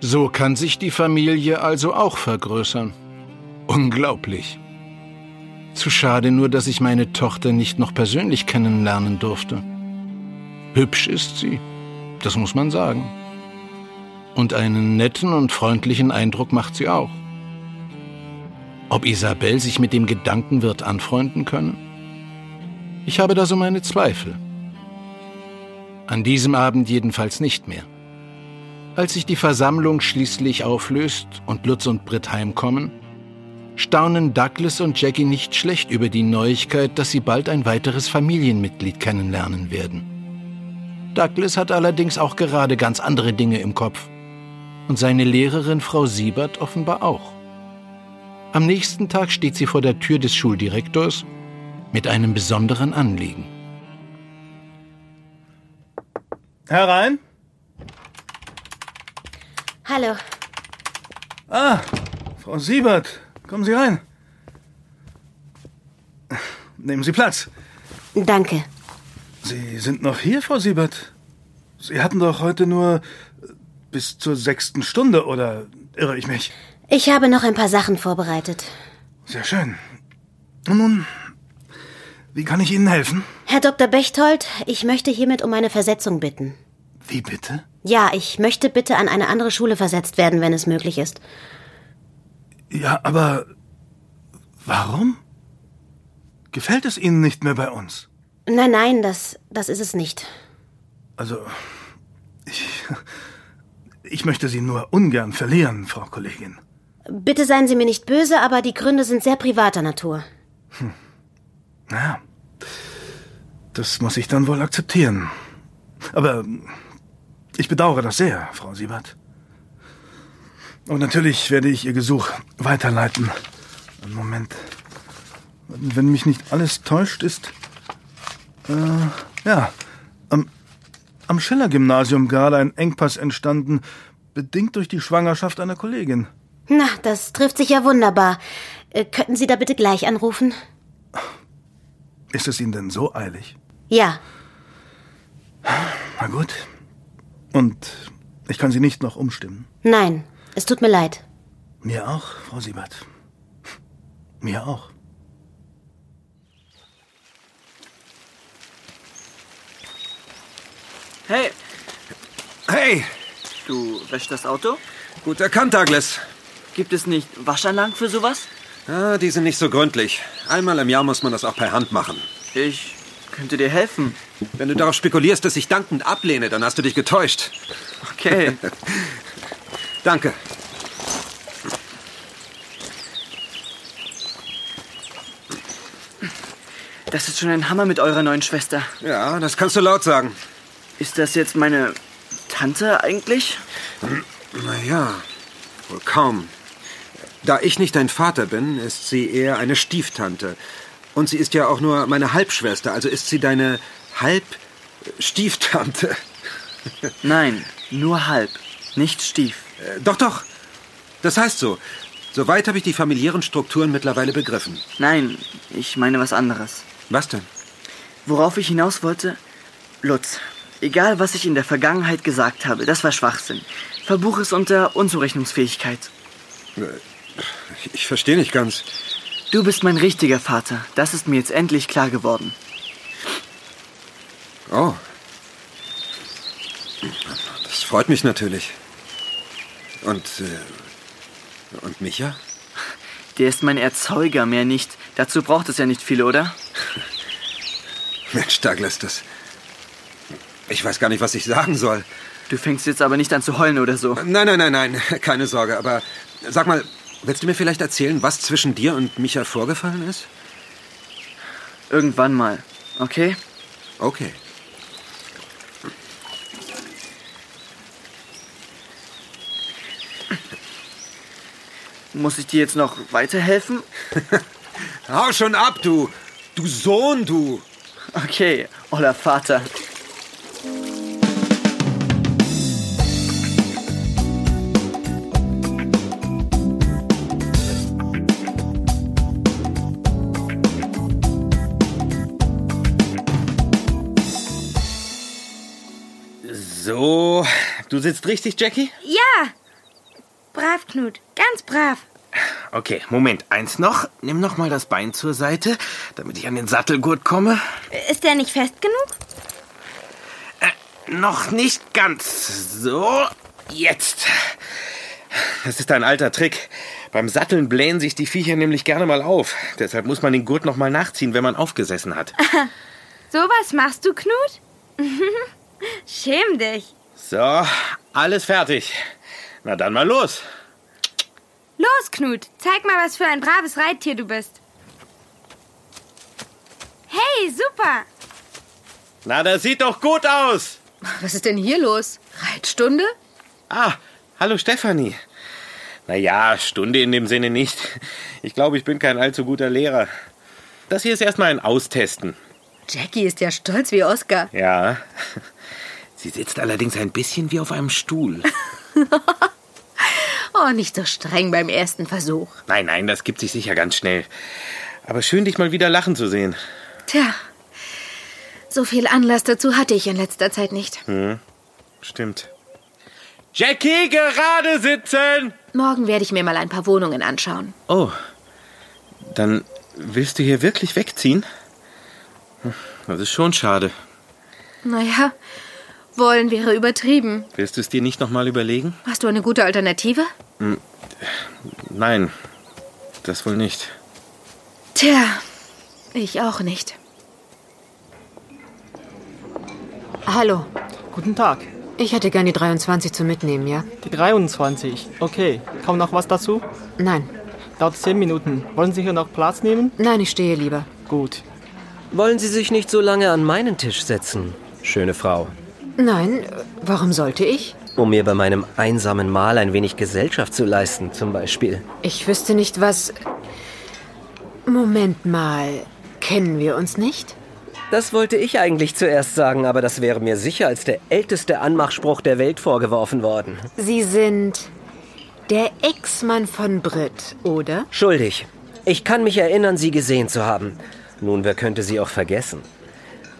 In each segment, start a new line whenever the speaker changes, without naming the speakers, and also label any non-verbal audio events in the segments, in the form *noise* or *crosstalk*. So kann sich die Familie also auch vergrößern. Unglaublich. Zu schade nur, dass ich meine Tochter nicht noch persönlich kennenlernen durfte. Hübsch ist sie, das muss man sagen. Und einen netten und freundlichen Eindruck macht sie auch. Ob Isabel sich mit dem Gedanken wird anfreunden können? Ich habe da so meine Zweifel. An diesem Abend jedenfalls nicht mehr. Als sich die Versammlung schließlich auflöst und Lutz und Britt heimkommen, staunen Douglas und Jackie nicht schlecht über die Neuigkeit, dass sie bald ein weiteres Familienmitglied kennenlernen werden. Douglas hat allerdings auch gerade ganz andere Dinge im Kopf. Und seine Lehrerin Frau Siebert offenbar auch. Am nächsten Tag steht sie vor der Tür des Schuldirektors mit einem besonderen Anliegen.
Herein?
Hallo.
Ah, Frau Siebert, kommen Sie rein. Nehmen Sie Platz.
Danke.
Sie sind noch hier, Frau Siebert. Sie hatten doch heute nur äh, bis zur sechsten Stunde, oder irre ich mich?
Ich habe noch ein paar Sachen vorbereitet.
Sehr schön. Nun, wie kann ich Ihnen helfen?
Herr Dr. Bechtold, ich möchte hiermit um eine Versetzung bitten.
Wie bitte?
Ja, ich möchte bitte an eine andere Schule versetzt werden, wenn es möglich ist.
Ja, aber warum? Gefällt es Ihnen nicht mehr bei uns?
Nein, nein, das, das ist es nicht.
Also, ich, *laughs* ich möchte Sie nur ungern verlieren, Frau Kollegin.
Bitte seien Sie mir nicht böse, aber die Gründe sind sehr privater Natur.
Ja, das muss ich dann wohl akzeptieren. Aber ich bedauere das sehr, Frau Siebert. Und natürlich werde ich Ihr Gesuch weiterleiten. Einen Moment. Wenn mich nicht alles täuscht, ist. Äh, ja, am, am Schiller-Gymnasium gerade ein Engpass entstanden, bedingt durch die Schwangerschaft einer Kollegin.
Na, das trifft sich ja wunderbar. Äh, könnten Sie da bitte gleich anrufen?
Ist es Ihnen denn so eilig?
Ja.
Na gut. Und ich kann Sie nicht noch umstimmen.
Nein, es tut mir leid.
Mir auch, Frau Siebert. Mir auch.
Hey,
Hey,
du wäschst das Auto?
gut erkannt, Douglas.
Gibt es nicht Waschanlagen für sowas?
Ah, die sind nicht so gründlich. Einmal im Jahr muss man das auch per Hand machen.
Ich könnte dir helfen.
Wenn du darauf spekulierst, dass ich dankend ablehne, dann hast du dich getäuscht.
Okay.
Danke.
Das ist schon ein Hammer mit eurer neuen Schwester.
Ja, das kannst du laut sagen.
Ist das jetzt meine Tante eigentlich?
Naja, wohl kaum. Da ich nicht dein Vater bin, ist sie eher eine Stieftante. Und sie ist ja auch nur meine Halbschwester, also ist sie deine Halbstieftante.
Nein, nur halb. Nicht stief.
Äh, *laughs* doch, doch. Das heißt so. Soweit habe ich die familiären Strukturen mittlerweile begriffen.
Nein, ich meine was anderes.
Was denn?
Worauf ich hinaus wollte, Lutz, egal was ich in der Vergangenheit gesagt habe, das war Schwachsinn. Verbuch es unter Unzurechnungsfähigkeit.
Ich, ich verstehe nicht ganz.
Du bist mein richtiger Vater. Das ist mir jetzt endlich klar geworden.
Oh. Das freut mich natürlich. Und, äh, und Micha?
Der ist mein Erzeuger, mehr nicht. Dazu braucht es ja nicht viel, oder?
Mensch, Douglas, das... Ich weiß gar nicht, was ich sagen soll.
Du fängst jetzt aber nicht an zu heulen oder so.
Nein, nein, nein, nein, keine Sorge. Aber sag mal, willst du mir vielleicht erzählen, was zwischen dir und Micha vorgefallen ist?
Irgendwann mal, okay?
Okay.
Muss ich dir jetzt noch weiterhelfen?
Hau schon ab, du! Du Sohn, du!
Okay, Oller Vater. So, du sitzt richtig, Jackie?
Ja! Brav, Knut. Ganz brav.
Okay, Moment, eins noch. Nimm noch mal das Bein zur Seite, damit ich an den Sattelgurt komme.
Ist der nicht fest genug?
Noch nicht ganz. So, jetzt. Das ist ein alter Trick. Beim Satteln blähen sich die Viecher nämlich gerne mal auf. Deshalb muss man den Gurt noch mal nachziehen, wenn man aufgesessen hat.
Sowas machst du, Knut? *laughs* Schäm dich.
So, alles fertig. Na dann mal los.
Los, Knut, zeig mal, was für ein braves Reittier du bist. Hey, super!
Na, das sieht doch gut aus.
Was ist denn hier los? Reitstunde?
Ah, hallo Stefanie. Na ja, Stunde in dem Sinne nicht. Ich glaube, ich bin kein allzu guter Lehrer. Das hier ist erstmal ein Austesten.
Jackie ist ja stolz wie Oscar.
Ja. Sie sitzt allerdings ein bisschen wie auf einem Stuhl.
Oh, nicht so streng beim ersten Versuch.
Nein, nein, das gibt sich sicher ganz schnell. Aber schön, dich mal wieder lachen zu sehen.
Tja, so viel Anlass dazu hatte ich in letzter Zeit nicht.
Stimmt. Jackie, gerade sitzen!
Morgen werde ich mir mal ein paar Wohnungen anschauen.
Oh, dann willst du hier wirklich wegziehen? Hm, Das ist schon schade.
Naja, wollen wäre übertrieben.
Willst du es dir nicht nochmal überlegen?
Hast du eine gute Alternative?
Nein, das wohl nicht.
Tja, ich auch nicht.
Hallo,
Guten Tag.
ich hätte gern die 23 zum Mitnehmen, ja?
Die 23. Okay. Kommt noch was dazu?
Nein,
Dauert 10 Minuten. Wollen Sie hier noch Platz nehmen?
nein, ich stehe lieber.
Gut.
Wollen Sie sich nicht so lange an meinen Tisch setzen, schöne Frau,
Nein, äh, warum sollte ich?
um mir bei meinem einsamen Mahl ein wenig Gesellschaft zu leisten, zum Beispiel?
Ich wüsste nicht, was. Moment mal, kennen wir uns nicht?
Das wollte ich eigentlich zuerst sagen, aber das wäre mir sicher als der älteste Anmachspruch der Welt vorgeworfen worden.
Sie sind der Ex-Mann von Britt, oder?
Schuldig. Ich kann mich erinnern, Sie gesehen zu haben. Nun, wer könnte Sie auch vergessen?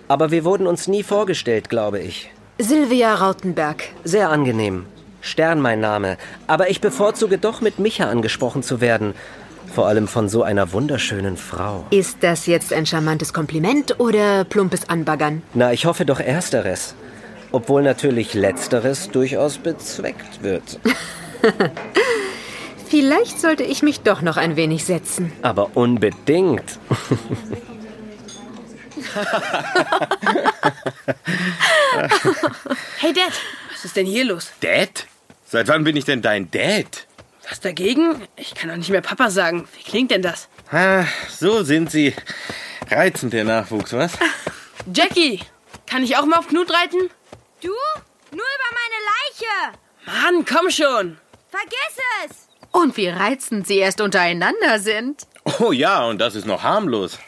Aber wir wurden uns nie vorgestellt, glaube ich.
Silvia Rautenberg.
Sehr angenehm. Stern mein Name. Aber ich bevorzuge doch, mit Micha angesprochen zu werden. Vor allem von so einer wunderschönen Frau.
Ist das jetzt ein charmantes Kompliment oder plumpes Anbaggern?
Na, ich hoffe doch Ersteres. Obwohl natürlich Letzteres durchaus bezweckt wird.
Vielleicht sollte ich mich doch noch ein wenig setzen.
Aber unbedingt.
Hey, Dad,
Was ist denn hier los?
Dad? Seit wann bin ich denn dein Dad?
Was dagegen? Ich kann doch nicht mehr Papa sagen. Wie klingt denn das?
Ah, so sind sie. Reizend der Nachwuchs, was?
Jackie, kann ich auch mal auf Knut reiten?
Du? Nur über meine Leiche!
Mann, komm schon.
Vergiss es!
Und wie reizend sie erst untereinander sind.
Oh ja, und das ist noch harmlos.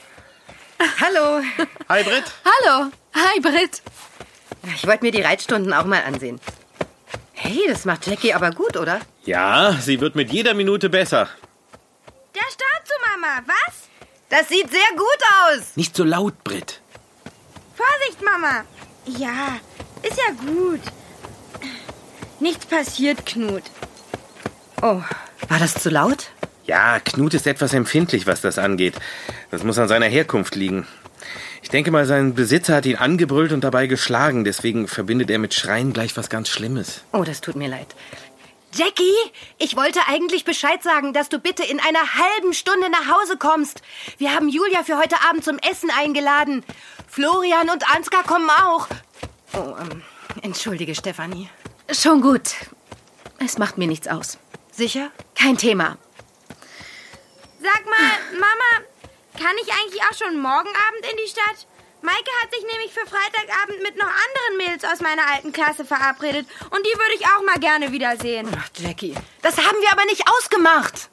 Hallo.
Hi, Britt.
Hallo. Hi, Britt.
Ich wollte mir die Reitstunden auch mal ansehen. Hey, das macht Jackie aber gut, oder?
Ja, sie wird mit jeder Minute besser.
Der Start zu Mama, was?
Das sieht sehr gut aus.
Nicht so laut, Britt.
Vorsicht, Mama! Ja, ist ja gut. Nichts passiert, Knut.
Oh, war das zu laut?
Ja, Knut ist etwas empfindlich, was das angeht. Das muss an seiner Herkunft liegen. Ich denke mal, sein Besitzer hat ihn angebrüllt und dabei geschlagen. Deswegen verbindet er mit Schreien gleich was ganz Schlimmes.
Oh, das tut mir leid. Jackie, ich wollte eigentlich Bescheid sagen, dass du bitte in einer halben Stunde nach Hause kommst. Wir haben Julia für heute Abend zum Essen eingeladen. Florian und Ansgar kommen auch. Oh, ähm, entschuldige, Stefanie.
Schon gut. Es macht mir nichts aus.
Sicher?
Kein Thema.
Sag mal, Mama, kann ich eigentlich auch schon morgen Abend in die Stadt? Maike hat sich nämlich für Freitagabend mit noch anderen Mädels aus meiner alten Klasse verabredet. Und die würde ich auch mal gerne wiedersehen.
Ach, Jackie, das haben wir aber nicht ausgemacht.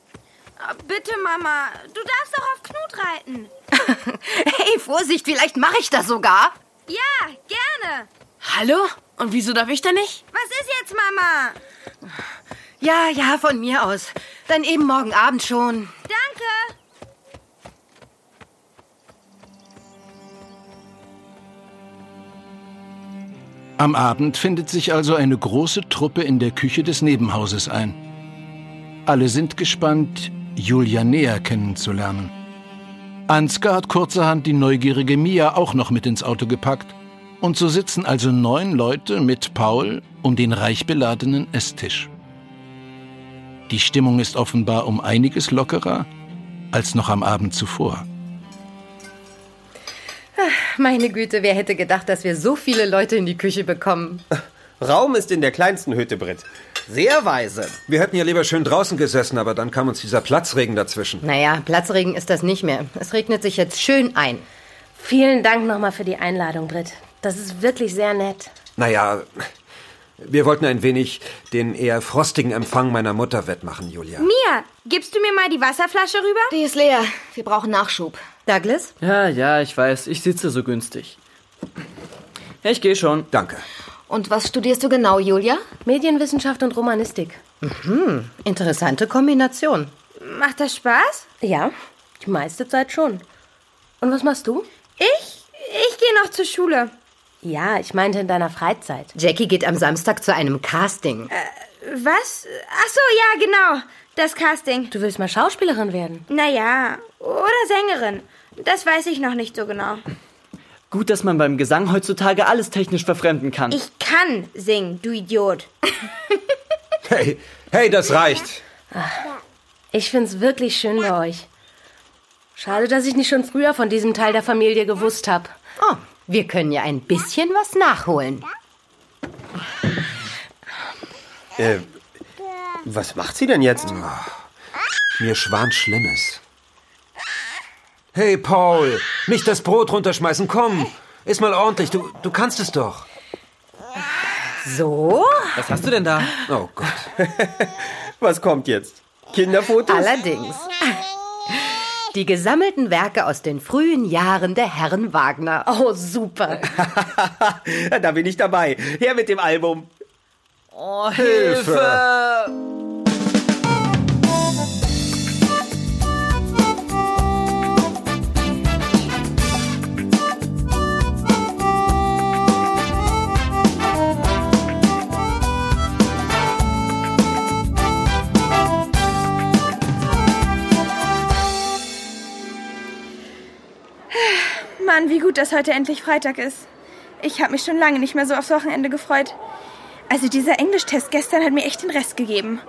Äh, Bitte, Mama, du darfst doch auf Knut reiten.
*laughs* Hey, Vorsicht, vielleicht mache ich das sogar.
Ja, gerne.
Hallo? Und wieso darf ich denn nicht?
Was ist jetzt, Mama?
Ja, ja, von mir aus. Dann eben morgen Abend schon.
Danke.
Am Abend findet sich also eine große Truppe in der Küche des Nebenhauses ein. Alle sind gespannt, Julia näher kennenzulernen. Ansgar hat kurzerhand die neugierige Mia auch noch mit ins Auto gepackt. Und so sitzen also neun Leute mit Paul um den reich beladenen Esstisch. Die Stimmung ist offenbar um einiges lockerer als noch am Abend zuvor.
Ach, Meine Güte, wer hätte gedacht, dass wir so viele Leute in die Küche bekommen?
Raum ist in der kleinsten Hütte, Britt. Sehr weise.
Wir hätten ja lieber schön draußen gesessen, aber dann kam uns dieser Platzregen dazwischen.
Naja, Platzregen ist das nicht mehr. Es regnet sich jetzt schön ein.
Vielen Dank nochmal für die Einladung, Britt. Das ist wirklich sehr nett.
Naja, wir wollten ein wenig den eher frostigen Empfang meiner Mutter wettmachen, Julia.
Mia, Ah, gibst du mir mal die Wasserflasche rüber?
Die ist leer. Wir brauchen Nachschub. Douglas?
Ja, ja, ich weiß, ich sitze so günstig. Ich gehe schon.
Danke.
Und was studierst du genau, Julia?
Medienwissenschaft und Romanistik.
Mhm, interessante Kombination.
Macht das Spaß?
Ja, die meiste Zeit schon. Und was machst du?
Ich? Ich gehe noch zur Schule.
Ja, ich meinte in deiner Freizeit.
Jackie geht am Samstag zu einem Casting.
Was? Äh, Ach so, ja, genau. Das Casting.
Du willst mal Schauspielerin werden.
Naja, oder Sängerin. Das weiß ich noch nicht so genau.
Gut, dass man beim Gesang heutzutage alles technisch verfremden kann.
Ich kann singen, du Idiot.
Hey, hey, das reicht.
Ich find's wirklich schön bei euch. Schade, dass ich nicht schon früher von diesem Teil der Familie gewusst hab.
Oh, wir können ja ein bisschen was nachholen.
Äh, was macht sie denn jetzt?
Mir schwant Schlimmes. Hey, Paul, nicht das Brot runterschmeißen, komm. Iss mal ordentlich, du, du kannst es doch.
So?
Was hast du denn da?
Oh Gott.
Was kommt jetzt? Kinderfotos?
Allerdings. Die gesammelten Werke aus den frühen Jahren der Herren Wagner.
Oh, super.
*laughs* da bin ich dabei. Her mit dem Album.
Oh, Hilfe!
Mann, wie gut, dass heute endlich Freitag ist. Ich habe mich schon lange nicht mehr so aufs Wochenende gefreut. Also dieser Englischtest gestern hat mir echt den Rest gegeben.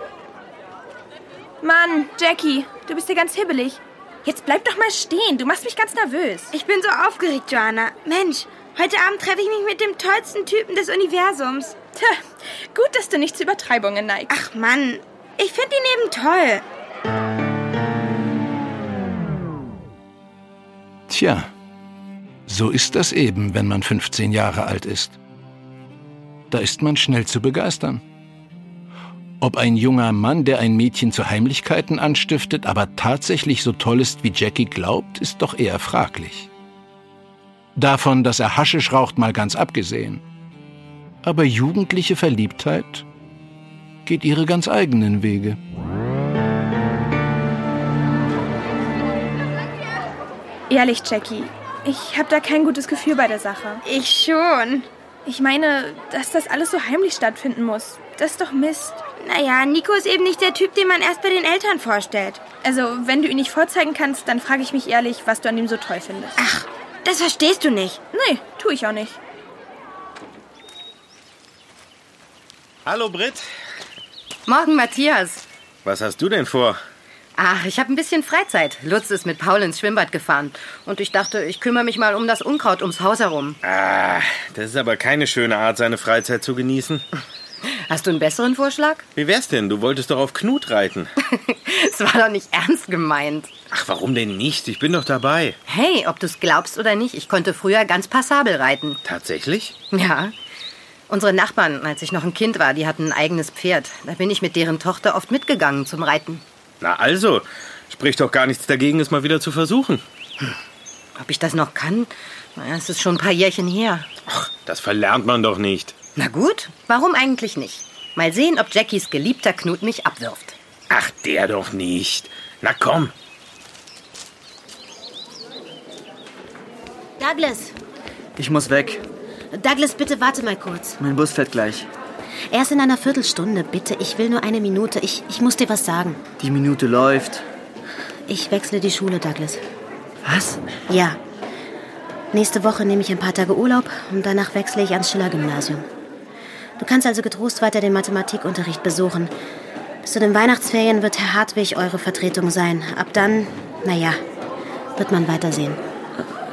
Mann, Jackie, du bist ja ganz hibbelig. Jetzt bleib doch mal stehen, du machst mich ganz nervös. Ich bin so aufgeregt, Joanna. Mensch, heute Abend treffe ich mich mit dem tollsten Typen des Universums.
Tja, gut, dass du nicht zu Übertreibungen neigst.
Ach Mann, ich finde ihn eben toll.
Tja, so ist das eben, wenn man 15 Jahre alt ist. Da ist man schnell zu begeistern. Ob ein junger Mann, der ein Mädchen zu Heimlichkeiten anstiftet, aber tatsächlich so toll ist, wie Jackie glaubt, ist doch eher fraglich. Davon, dass er Haschisch raucht, mal ganz abgesehen. Aber jugendliche Verliebtheit geht ihre ganz eigenen Wege.
Ehrlich, Jackie, ich habe da kein gutes Gefühl bei der Sache.
Ich schon.
Ich meine, dass das alles so heimlich stattfinden muss. Das ist doch Mist.
Naja, Nico ist eben nicht der Typ, den man erst bei den Eltern vorstellt.
Also, wenn du ihn nicht vorzeigen kannst, dann frage ich mich ehrlich, was du an ihm so toll findest.
Ach, das verstehst du nicht.
Nee, tue ich auch nicht.
Hallo, Britt.
Morgen, Matthias.
Was hast du denn vor?
Ach, ich habe ein bisschen Freizeit. Lutz ist mit Paul ins Schwimmbad gefahren. Und ich dachte, ich kümmere mich mal um das Unkraut ums Haus herum.
Ah, das ist aber keine schöne Art, seine Freizeit zu
*laughs*
genießen.
Hast du einen besseren Vorschlag? *laughs*
Wie wär's denn? Du wolltest doch auf Knut reiten.
Es war doch nicht ernst gemeint.
Ach, warum denn nicht? Ich bin doch dabei.
Hey, ob du es glaubst oder nicht, ich konnte früher ganz passabel reiten.
Tatsächlich?
Ja. Unsere Nachbarn, als ich noch ein Kind war, die hatten ein eigenes Pferd. Da bin ich mit deren Tochter oft mitgegangen zum Reiten.
Na also, spricht doch gar nichts dagegen, es mal wieder zu versuchen.
Ob ich das noch kann? Naja, es ist schon ein paar Jährchen her.
Das verlernt man doch nicht.
Na gut, warum eigentlich nicht? Mal sehen, ob Jackies geliebter Knut mich abwirft.
Ach, der doch nicht. Na komm.
Douglas,
Ich muss weg.
Douglas, bitte warte mal kurz.
Mein Bus fährt gleich.
Erst in einer Viertelstunde, bitte. Ich will nur eine Minute. Ich, ich muss dir was sagen.
Die Minute läuft.
Ich wechsle die Schule, Douglas.
Was?
Ja. Nächste Woche nehme ich ein paar Tage Urlaub und danach wechsle ich ans Schiller-Gymnasium. Du kannst also getrost weiter den Mathematikunterricht besuchen. Bis zu den Weihnachtsferien wird Herr Hartwig eure Vertretung sein. Ab dann, naja, wird man weitersehen.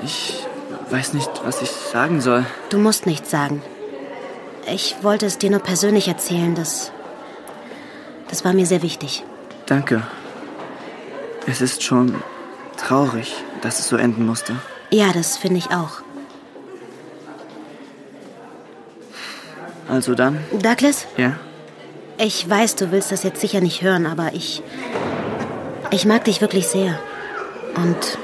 Ich weiß nicht, was ich sagen soll.
Du musst nichts sagen. Ich wollte es dir nur persönlich erzählen, das. Das war mir sehr wichtig.
Danke. Es ist schon traurig, dass es so enden musste.
Ja, das finde ich auch.
Also dann?
Douglas?
Ja?
Ich weiß, du willst das jetzt sicher nicht hören, aber ich. Ich mag dich wirklich sehr. Und.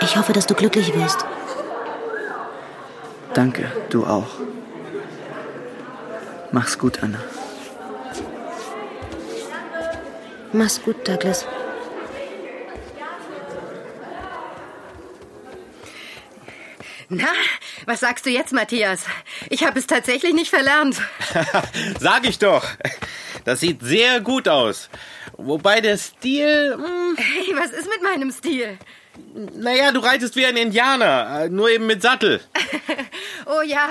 Ich hoffe, dass du glücklich wirst.
Danke, du auch. Mach's gut, Anna.
Mach's gut, Douglas.
Na, was sagst du jetzt, Matthias? Ich habe es tatsächlich nicht verlernt.
Sag ich doch. Das sieht sehr gut aus. Wobei der Stil. hm,
Hey, was ist mit meinem Stil?
Naja, du reitest wie ein Indianer, äh, nur eben mit Sattel.
Oh ja,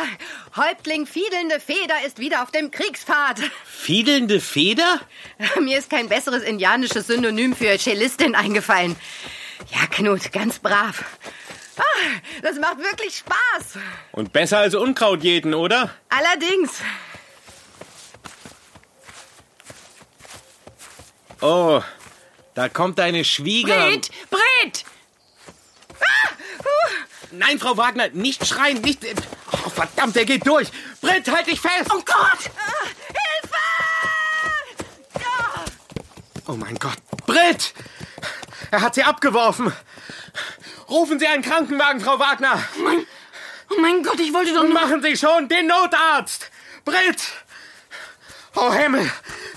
Häuptling Fiedelnde Feder ist wieder auf dem Kriegspfad.
Fiedelnde Feder?
*laughs* Mir ist kein besseres indianisches Synonym für Cellistin eingefallen. Ja, Knut, ganz brav. Ah, das macht wirklich Spaß.
Und besser als Unkraut jeden, oder?
Allerdings.
Oh, da kommt deine Schwieger.
Brit, Brit!
Nein, Frau Wagner, nicht schreien, nicht. Oh, verdammt, der geht durch. Britt, halt dich fest. Oh Gott!
Äh,
Oh mein Gott, Britt! Er hat sie abgeworfen. Rufen Sie einen Krankenwagen, Frau Wagner.
Oh mein Gott, ich wollte doch
Und
nur...
machen Sie schon den Notarzt. Britt! Oh Himmel,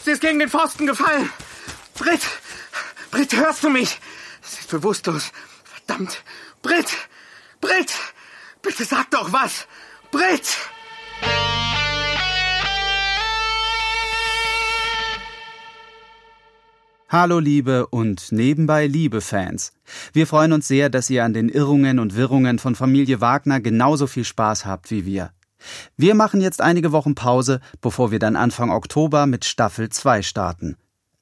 sie ist gegen den Pfosten gefallen. Britt! Britt, hörst du mich? Sie ist bewusstlos. Verdammt. Britt! Britt! Bitte sag doch was. Britt!
Hallo liebe und nebenbei liebe Fans. Wir freuen uns sehr, dass ihr an den Irrungen und Wirrungen von Familie Wagner genauso viel Spaß habt wie wir. Wir machen jetzt einige Wochen Pause, bevor wir dann Anfang Oktober mit Staffel 2 starten.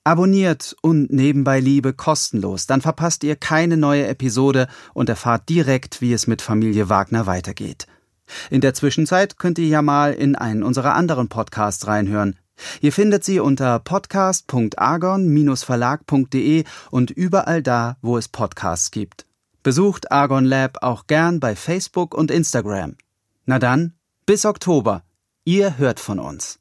Abonniert und nebenbei Liebe kostenlos, dann verpasst ihr keine neue Episode und erfahrt direkt, wie es mit Familie Wagner weitergeht. In der Zwischenzeit könnt ihr ja mal in einen unserer anderen Podcasts reinhören. Ihr findet sie unter podcast.argon-verlag.de und überall da, wo es Podcasts gibt. Besucht Argon Lab auch gern bei Facebook und Instagram. Na dann, bis Oktober. Ihr hört von uns.